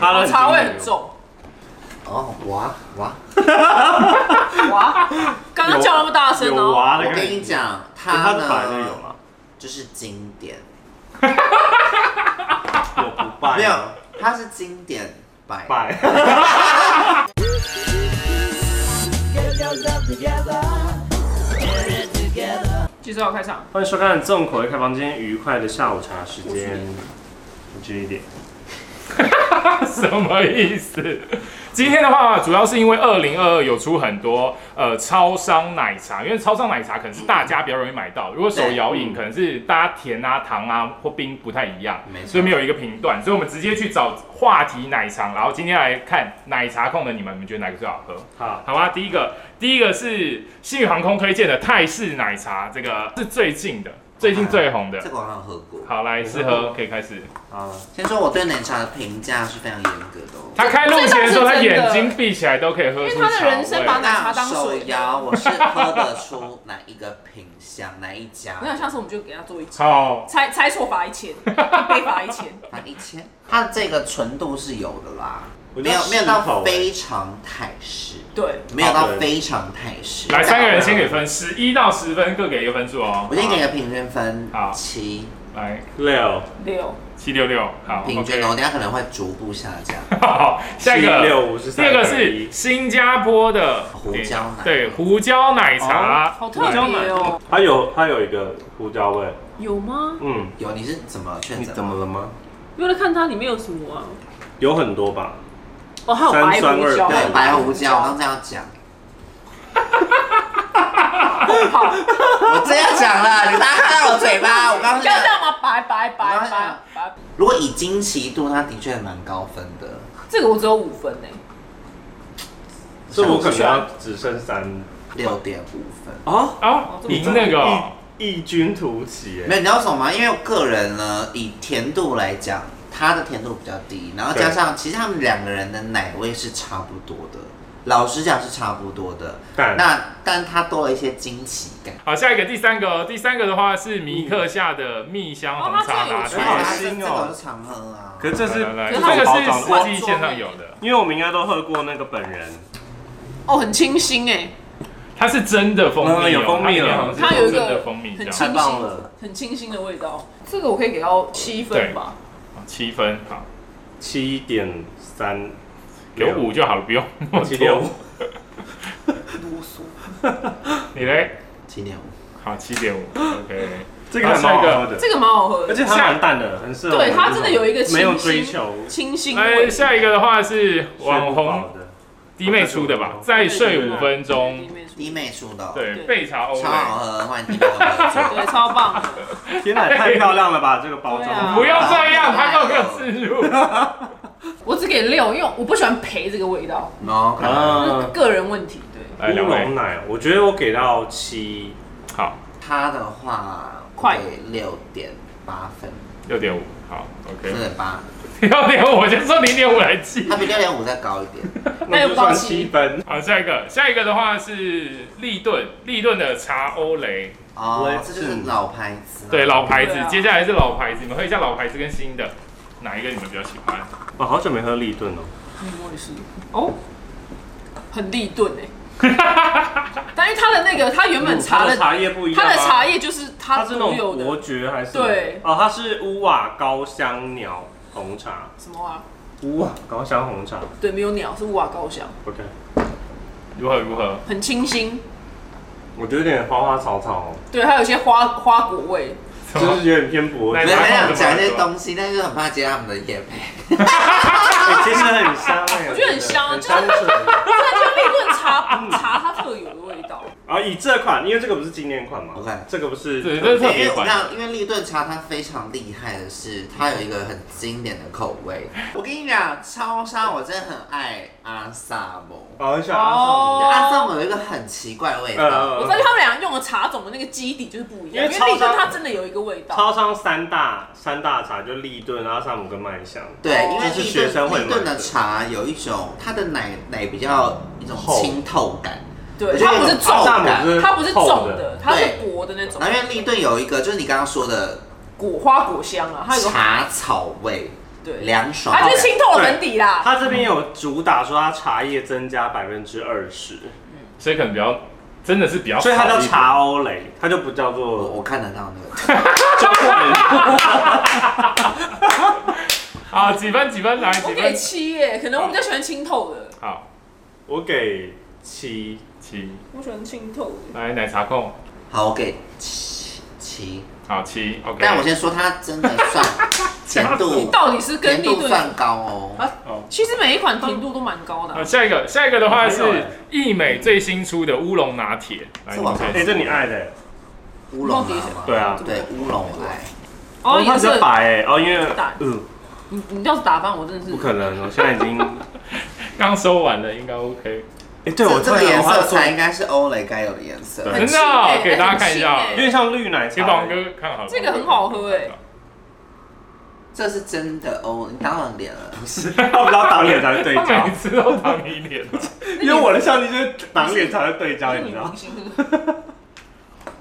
他的茶味很哦重。哦，哇哇！哇， 啊刚刚叫那么大声有哦，娃的我感跟觉，你讲，他他本来就有呢 了，就是经典，我不啊拜没有，他是经典白。拜， 记者要开场。欢迎收看《重口味开房间》，愉快的下午茶时间。我这一点， 什么意思？今天的话，主要是因为二零二二有出很多呃超商奶茶，因为超商奶茶可能是大家比较容易买到，如果手摇饮对可能是大家甜啊、糖啊或冰不太一样没，错所以没有一个评断，所以我们直接去找话题奶茶，然后今天来看奶茶控的你们，你们觉得哪个最好喝？好，好吧，第一个，第一个是星宇航空推荐的泰式奶茶，这个是最近的，最近最红的这。个我好像喝过。好，来试喝，可以开始。好了，先说我对奶茶的评价是非常严格的哦。他开路前的时候，他这倒是真的眼睛闭起来都可以喝因出茶为他的人生把味。奶茶当手水摇，我是喝得出哪一个品相，哪一家没？有，下次我们就给他做一期，好，猜猜错罚一千， 一杯罚一千。它一千，它的这个纯度是有的啦，我没有没有适口到欸非常泰式，对，没有好到的非常泰式。来三个人先给分，十一到十分各给一个分数哦。我先给个平均分好七，来六六七六六，好平均，OK 哦，。我等一下可能会逐步下降。好，下一七个，六五十第三，二个是新加坡的胡椒奶对，胡椒奶茶，好特别哦，它有它有一个胡椒味，有吗？嗯，有你是怎么确诊？？了吗？因为我在看它里面有什么啊？有很多吧，哦，还有白胡椒，三酸味对，白胡椒，我刚才要 讲，好，我真要讲了，你大家看到我嘴巴，我刚刚你要讲这。 样吗？白白白白白，如果以惊奇度，它的确蛮高分的。这个我只有五分欸呢。这我可能要只剩三六点五分。啊，哦，赢那个哦，异异军突起欸没有，你知道什么吗？因为我个人呢，以甜度来讲，它的甜度比较低，然后加上其实他们两个人的奶味是差不多的，老实讲是差不多的。但那但它多了一些惊奇感。好，下一个第三个哦，第三个的话是米克夏的蜜香红茶拿哦它铁，铁。它新这哦啊这种是常喝啊。可是这是来来来可是这它有个嗯包是装实际线上有的，因为我们应该都喝过那个本人，哦，很清新哎，它是真的蜂蜜哦，嗯有蜂蜜了它里面好像是它有一真个的蜂蜜这很样。清太棒新了，很清新的味道。这个我可以给到七分吧。七分，好，七点三给五就好了，不用那么多七点五，啰嗦。你嘞？七点五。好，七点五，OK。这个还蛮好喝的，这个蛮好喝的，而且它蛮淡的，很适合我们对这种它真的有一个清新没有追求清新哎，味。下一个的话是睡网不饱红的，弟妹出的吧？再睡五分钟，低妹出的、哦，对对，焙茶欧超好蕾，喝，欢迎低妹喝 喝。对，超棒的。 天哪，太漂亮了吧！这个包对啊装，不要这样，他都没有自 入。我只给六，因为我不喜欢培这个味道，哦，可能嗯就是个人问题。对，来，两啊乌龙位，奶，我觉得我给到七，好，它的话，快六点八分，六点五，好，OK 六。点八，六点五，我就说零点五来记。它比六点五再高一点。那就算七分。好，下一个，下一个的话是立顿，立顿的茶欧蕾，哦 Lipton，这就是老牌子。对，，老牌子对啊。接下来是老牌子，你们喝一下老牌子跟新的，哪一个你们比较喜欢？我好久没喝立顿了，嗯，我也是。哦，很立顿哎。但是它的那个，它原本茶它的嗯茶叶不一样它吗，的茶叶就是它它是那独种有伯的爵还是对哦，它是乌瓦高香鸟红茶，什么啊？乌瓦高香红茶对，没有鸟，是乌瓦高香， ，OK，如何如何？很清新。我觉得有点花花草草哦，对，它有一些花花果味。什就么是有点偏薄。奶没有茶控没怎么有讲来一些说东西，但是很怕接他们的夜配。欸其实很香哎，我觉得很香啊很香水。它就立顿茶茶它特有的味道。然后以这款，因为这个不是纪念款嘛 OK 这个不是，对这是特因别为款你知道，因为立顿茶它非常厉害的是，它有一个很经典的口味。我跟你讲，超商我真的很爱阿萨姆，哦，很喜欢哦阿萨姆有一个很奇怪的味道。我呃发现他们俩用的茶种的那个基底就是不一样，因为因为立超顿商它真的有一个味道。超商三大三大茶就立顿、阿萨姆跟麦香，哦对，因为这是立学生会顿买的立顿的茶有一种它的奶奶比较一种厚清透感，对，我觉它得不是有重阿萨的，姆是它不是厚重的的，它是对薄的那种然后因为立顿有一个就是你刚刚说的果花果香啊，它有个茶草味，对，凉爽。它就是清透了门底啦。它这边有主打说它茶叶增加百分之二十，所以可能比较真的是比较少所一以点，它叫茶欧蕾，它就不叫我做我看得到那个，中国人。啊，几分几分来我几给分，七耶，可能我比较喜欢清透的，好我给七，七，我喜欢清透的。来奶茶控，好，我给七七。好七，OK，但我先说，它真的算 甜你度，到底是跟甜立度顿？啊算高哦。其实每一款甜度都蛮高的啊、呃下一个下一个的话还有是欸益美最新出的乌龙拿铁，来这你们我先哎、这你爱的、乌龙到底啊是，对啊对乌龙我爱。哦，它颜比较色，白哎、哦，因为淡嗯，你你要是打扮我真的是不可能，我现在已经，刚收完了，应该 OK。哎、对我这这突个然颜我还色有做才应该是欧蕾该有的颜色。对很真清的哦欸给大家看一下很清有欸点像绿奶给茶、宝哥看好，这个很好喝哎这是真的欧，你当然脸了。是，要不要挡脸才会对他焦每，次都打你 脸，因为我的相机就是挡脸才会对焦，你知道明？星，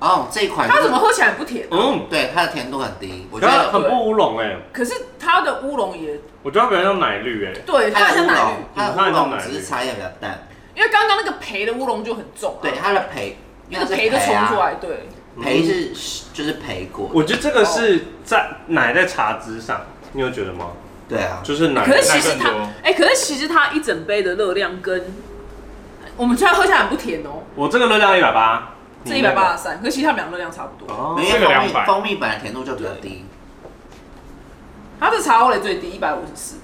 哦，这一款它怎么喝起来不甜？啊嗯，对它的甜度很低，我我觉觉得得很不乌龙哎、可是它的乌龙也我觉得它比较像奶绿哎、对，它它很的像乌奶龙绿，，它它很像奶的乌龙绿只是茶叶比较淡，因为刚刚那个培的乌龙就很重、啊，对，它的培啊那个培的冲出，来，对，那是培啊培是就是培果，嗯我觉得这个是在奶在茶汁上，你有觉得吗？对啊，就是奶可，是其实奶它更多，哎、可是其实它一整杯的热量跟我们虽然喝起来很不甜哦、我这个热量一百八，这你一那百个八十三，可是其实它们俩热量差不多。哦因这为个蜂蜜200蜂蜜本来甜度就比较低，它的茶欧蕾最低一百五十四，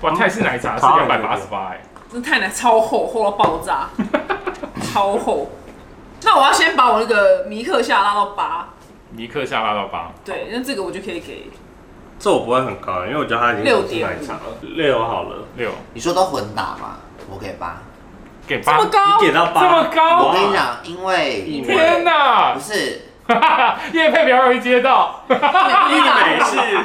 哇，泰式奶茶是好两百八十八哎，真的太难，超厚，厚到爆炸， 超厚。那我要先把我那个米克夏拉到八，尼克夏拉到八，对，那这个我就可以给这我不会很高，因为我觉得它已经不是奶茶了，六好了，哦六你说都混打嘛，我给八。给这八么，高你，给到八，这么高哇我跟你，讲，因为一天哪 不！是叶佩比较容易接到，一对美是。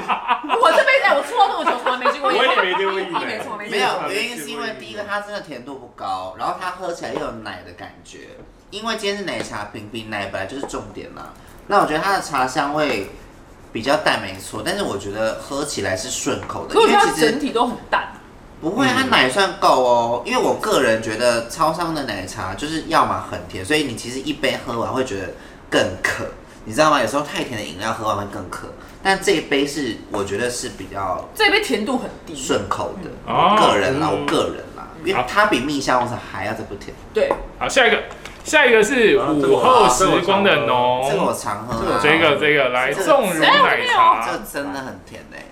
我这辈子哎我出道那么久，从来没见过一我美，也没见过一美没错没没见过。有原因，是因为第一个它真的甜度不高，然后它喝起来又有奶的感觉，因为今天是奶茶冰冰奶本来就是重点啦。那我觉得它的茶香味比较淡，没错，但是我觉得喝起来是顺口的，可我因觉为得它其整实体都很淡，不会，嗯它奶算够哦。因为我个人觉得超商的奶茶就是要么很甜，所以你其实一杯喝完会觉得更渴，你知道吗？有时候太甜的饮料喝完会更渴，但这一杯是我觉得是比较这杯甜度很低，顺口的，哦啊我个人啦，嗯我个人啦，因为它比蜜香红茶还要再不甜，对，好，下一个，下一个是午后时光的这个浓，我常喝我啊，哦这个这个来这个纵容奶这茶个，真的很甜哎，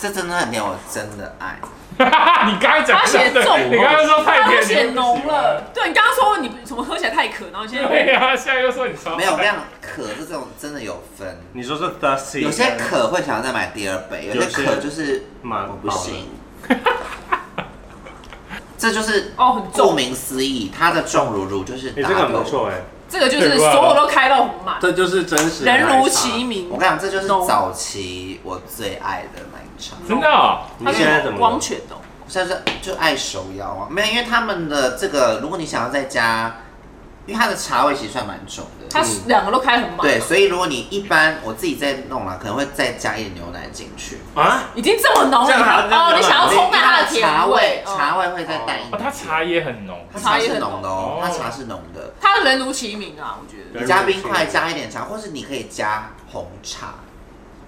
这真的很甜，我真的爱。 你刚才讲他写的重你刚刚说太它都甜显你不浓喜欢了。对你刚刚说你怎么喝起来太渴，然后现在对呀、现在又说你超没有，我跟你讲，渴这种真的有分，你说是 thirsty，有些渴会想要再买第二杯，有有些些渴就是蛮我不 行。这就是哦很顾重，名思义，它的重乳乳就是哎、这个很不 double 错哎、这个就是所有都开到很满，这就是真实的奶人茶如其名我跟。你讲，这就是浓早期我最爱的奶茶。真的哦、你现在怎么了光泉哦？像是就爱手摇啊，没有，因为他们的这个，如果你想要在家，因为它的茶味其实算蛮重的，它两个都开很满，嗯对，，所以如果你一般我自己在弄啊啦，可能会再加一点牛奶进去，啊，已经这么浓这样还要了，这样哦，你想要冲淡它的因为茶甜味味，，嗯茶味会再淡一哦，点。它茶也很浓，它茶是浓的茶也很浓哦哦，它茶是浓的，它人如其名啊，我觉得对你加冰块加一点茶，或是你可以加红茶，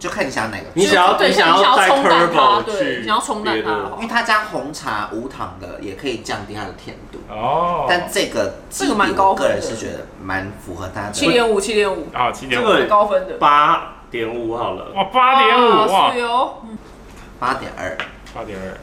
就看你想要哪个。你想要对想你想要再冲淡它 turbo 对去你想要冲淡它别的好因为它加红茶无糖的也可以降低它的甜度，哦，但这个这个蛮高我个人分的是觉得蛮符合它的。七点五，七点五，啊七点这五，个很高分的，八点五好了，哇八点五哇是哦，八点二，八点二。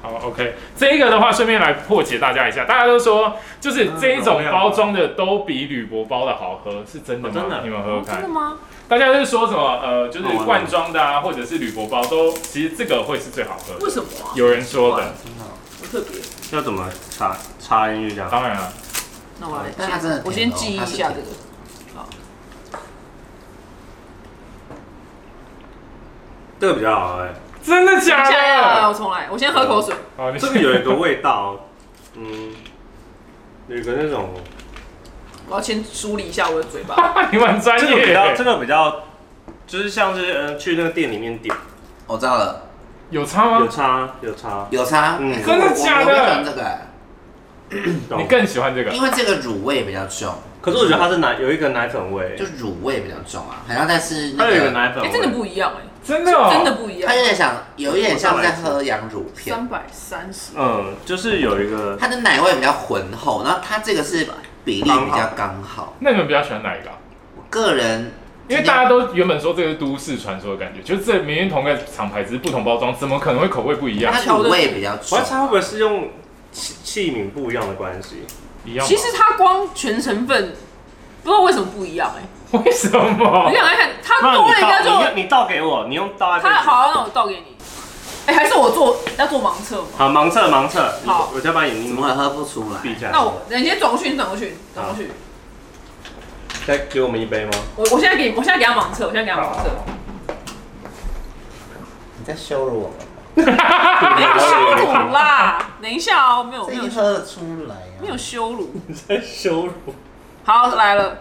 好，OK，这一个的话，顺便来破解大家一下。大家都说，就是这一种包装的都比铝箔包的好喝，是真的吗？哦真的你们喝喝哦真看的。吗？大家就是说什么，呃，就是好玩吗罐装的啊，或者是铝箔包都，其实这个会是最好喝为的。什么啊？有人说的，真的哦很特别，要怎么插插进去这样？当然了，那我来但它真的记，甜哦我先记一它是下这甜的个，这个比较好哎、真的等假一下要的？我重来，我先喝口水。好，你这个有一个味道， 嗯，有一个那种，我要先梳理一下我的嘴巴。 你蛮专这个业比较这的。个比较，就是像是呃去那个店里面点，我知道了，有差有吗？差有差，有差，嗯欸真的我我假的我不喜欢这个欸，懂你更喜欢这啊个？因为这个乳味比较重，可是我觉得它是奶有一个奶粉味就，乳味比较重啊，好像但是那它有一个个，奶粉哎、味，真的不一样哎、真的哦，真的不一样它。有点像，有一点像在喝羊乳片，三百三十，嗯，就是有一个它的奶味比较浑厚，然后它这个是比例比较刚好。那你们比较喜欢哪一个啊、我个人因为大家都原本说这个是都市传说的感觉，就是这明明同个厂牌，只是不同包装，怎么可能会口味不一样？它乳味比较我重在，猜会不会是用器器皿不一样的关系？一样吗？其实它光全成分不知道为什么不一样哎、为什我么你？想来看，它哦那多了一你个倒就你你倒给我，你用倒在它杯子。好，那我倒给你。哎、还是我做要做盲测吗？好，盲测盲测，好我再把眼怎睛么会喝不出来？闭起来。那我你先转过去，你转过去，转过去。再给我们一杯吗？我我现在给我现在给他盲测，我现在给他盲测。你在羞辱我吗？没有羞辱啦，等一下哦、没有这没已有经喝得出来啊！没有羞辱。 你在羞辱。好，来了，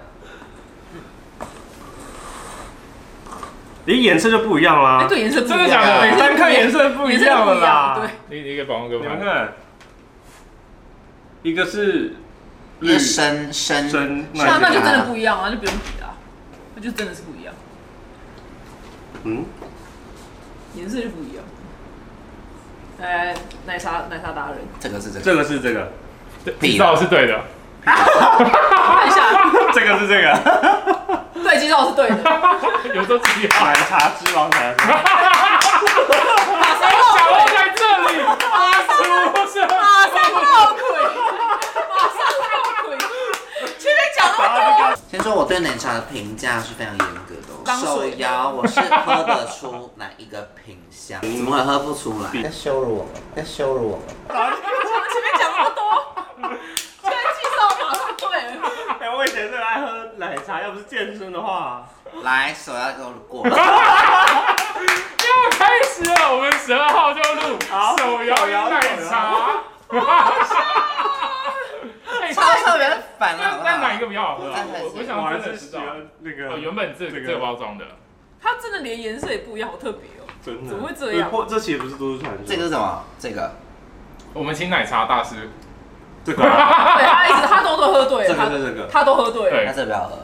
你颜色就不一样哎、啦。对颜色不一啊样真的假对的？啊单看颜色不一样了颜色啦不。你你给宝王哥你们看，看，一个是因为绿深深深那那就一真个的不一样啊，就不用比啦，那就真的是不一样，嗯，颜色就不一样。哎，奶茶奶茶达人，这个是这个，这个是这个，你知道是对的。 看一下，这个是这个， 对，肌肉是对的，有时候自己 好奶茶之王奶 茶，马上小后欧悔，在这里，马上出生。马上 后悔，马上后悔，前面讲那么啊多，先说我对奶茶的评价是非常严格的、当哦，水手摇我是喝得出哪一个品相，怎么会喝不出来？在羞辱我们，在羞辱我们！前面讲那么多，前面介绍马上对了。哎，我以前最爱喝奶茶，要不是健身的话，来，手摇给我过了，要开始了，我们十二号就录好手摇饮奶茶。 哎超特别的反了，好那不那哪一好？个比较好喝啊？我我我我想还真是的知喜道。欢那哦，个原本这这个这个包装的，它真的连颜色也不一样，好特别哦。真的怎么会这样破这其实不是都市传说，这个是什么？这个我们请奶茶大师。这个 啊，对，他一直他都都喝对这了，个他是这个，他都喝对了。对那这个比较喝，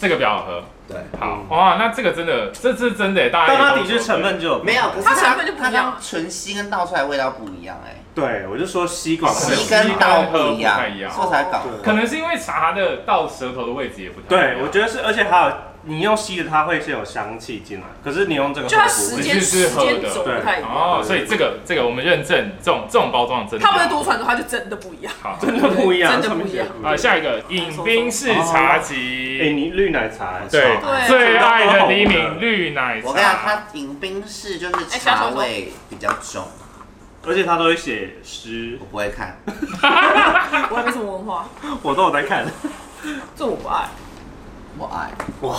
这个比较好喝，对。好嗯哇，那这个真的，这是真的耶，大家但也它都的确说成分就没有，可是它成分就不一样它刚纯吸跟倒出来的味道不一样哎、对，我就说吸管对吸跟倒不一样吸跟喝不太一，样所以才搞。可能是因为茶的到舌头的位置也不太一样对，我觉得是，而且还有你用吸的，它会先有香气进来，可是你用这个就它喝不会时间时间轴不太一样，哦，所以这个这个我们认证这种这种包装真的他不会多传说，它就真的不一样。好。真的不一样，真的不一样啊，下一个嗯饮冰式茶哎、集，你绿奶茶、欸，对对最爱的黎明绿奶茶。我跟你讲，它饮冰室就是哎小手茶手味比较重，而且它都会写诗我，不会看。我也没什么文化，我都有在看。这我不爱。我爱哇，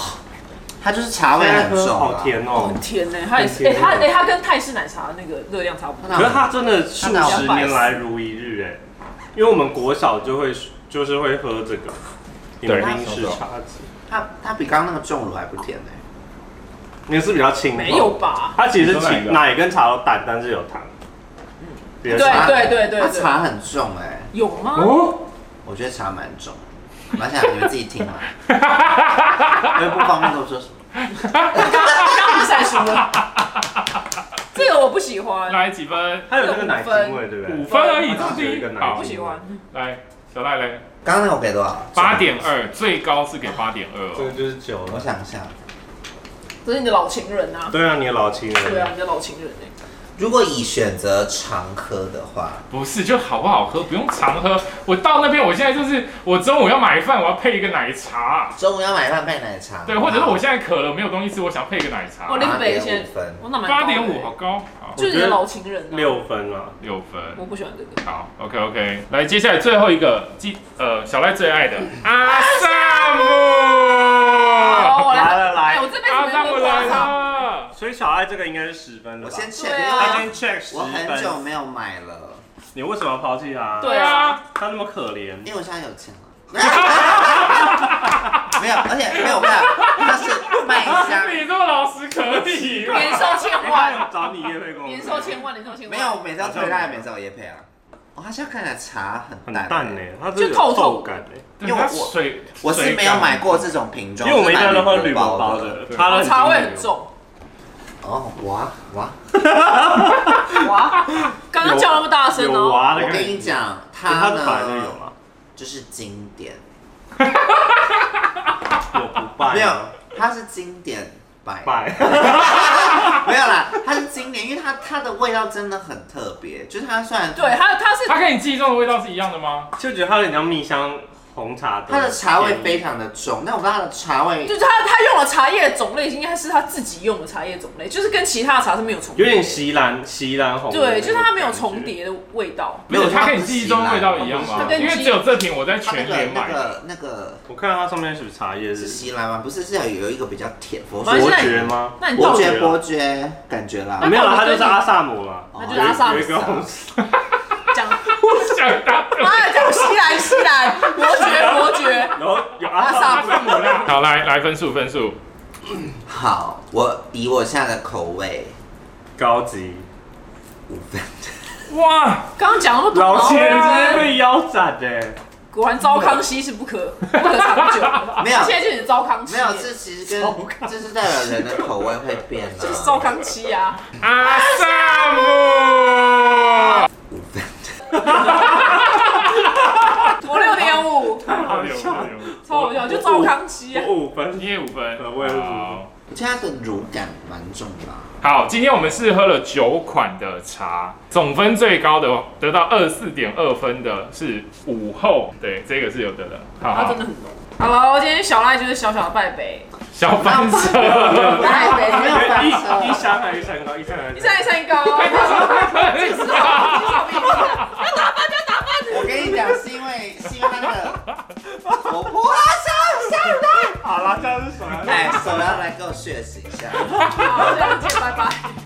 它就是茶味现很在重、喝啊，好甜哦哦、，甜呢，它也是，哎，它哎，它跟泰式奶茶那个热量差不多。可是它真的数它十年来如一日哎、因为我们国小就会就是会喝这个饮对冰式茶几，它它比刚刚那个重乳还不甜呢、那个是比较清泡没有，吧？它其实是你说哪一个清奶跟茶有淡，但是有糖。别的对茶对对对它对茶很重哎、有吗？哦，我觉得茶蛮重的。我想你们自己听 嘛，因为不方便多说什么。刚比赛输 了，这个我不喜欢，来几分？它有那个奶精味，对不对？五分而已，这么有一个低。奶好不，喜欢。来小赖来刚刚那我给多少？八。点二，最高是给八点二哦。就是酒我想一下，这是你的老情人啊，对啊，你的老情人。对啊，你的老情人哎，如果以选择常喝的话，不是，就好不好喝，不用常喝。我到那边，我现在就是，我中午要买饭，我要配一个奶茶，中午要买饭配奶茶。对，或者是我现在渴了，没有东西吃，我想配一个奶茶哦我。连北现8.5分哦我那蛮高的欸八点五，啊好高，好就是你的老情人啊。六分啊，六分。我不喜欢这个。好，OK OK，来，接下来最后一个，记呃小赖最爱的阿萨好，姆，我来来了来哎我这辈子阿没萨有姆喝啊来过茶。了，所以小爱这个应该是十分了我吧。先 check，对因啊为他先 check 十我很久分，没有买了，你为什么要抛弃他？对啊，他那么可怜， 因为我现在有钱了。没有，而且没有没有，它是麦香。你这么老实可以吗？年收千 万，找你叶配公司，年收千万，年收千万，没有，我每张推他也没找叶配啊。哦，他现在看起来茶很很淡，欸淡欸呢、它就这个透透透感呢、因为我水，我是没有买过这种瓶装，欸因为我们一般都喝是铝买箔包的。的，对它的茶味很。重。哦，哇哇！哇，刚刚叫那么大声有啊哦，娃的我感觉，跟你讲，它它是白的有呢吗？就是经典，我不拜，没有，它是经典白，拜， 没有啦，它是经典，因为它它的味道真的很特别，就是它虽然对，它它是它跟你记忆中的味道是一样的吗？就觉得它有点像蜜香红茶的它的茶味非常的重，但我不知道它的茶味就是他他用的茶叶种类应该是他自己用的茶叶种类，就是跟其他的茶是没有重有叠，点锡兰锡兰红的那种感对，觉，就是它没有重叠的味道。没有它跟你记忆中的味道一样它吗？跟因为只有这瓶我在它那全个联那买的，个那个我看到它上面是不是茶叶是是西兰吗？不是，是有有一个比较甜，佛没关系伯那爵吗？那你伯到我底觉爵得伯爵感觉啦啊、，没有啦，它就是阿萨姆嘛，哦那就是阿萨姆有一个红 讲，我想它妈的讲西兰西兰，伯爵伯爵，然后有阿阿萨萨姆姆，圣母啦。好，来来分数分数，好，我以我现在的口味高级，五分，哇，刚刚讲那么多，老钱啊直接被腰斩欸的、果然糟糠溪是不可不可长 久的，没有现在就是糟糠溪，没有，这其实糟跟这是代表人的口味会变啊，就是糟糠溪啊，阿萨姆，五分，我六点五，好六六六超好笑，就糟糠溪啊，我五分你，也五分，呃我也是五分好我觉得它的乳感蛮重的啊，好，今天我们是喝了九款的茶，总分最高的得到二四点二分的是午后，对，这个是有得的。它好好啊真的很浓。好了，今天小赖就是小小的败北，小翻车，太美哎没有翻一一车，箱还是一箱高，一箱还是一一箱三一哦三高， 我跟你讲是因为是因为它 的，我不喝上上的，哎好啦，这样是什么？哎，手要来给我血洗一下。好，这样见，拜拜。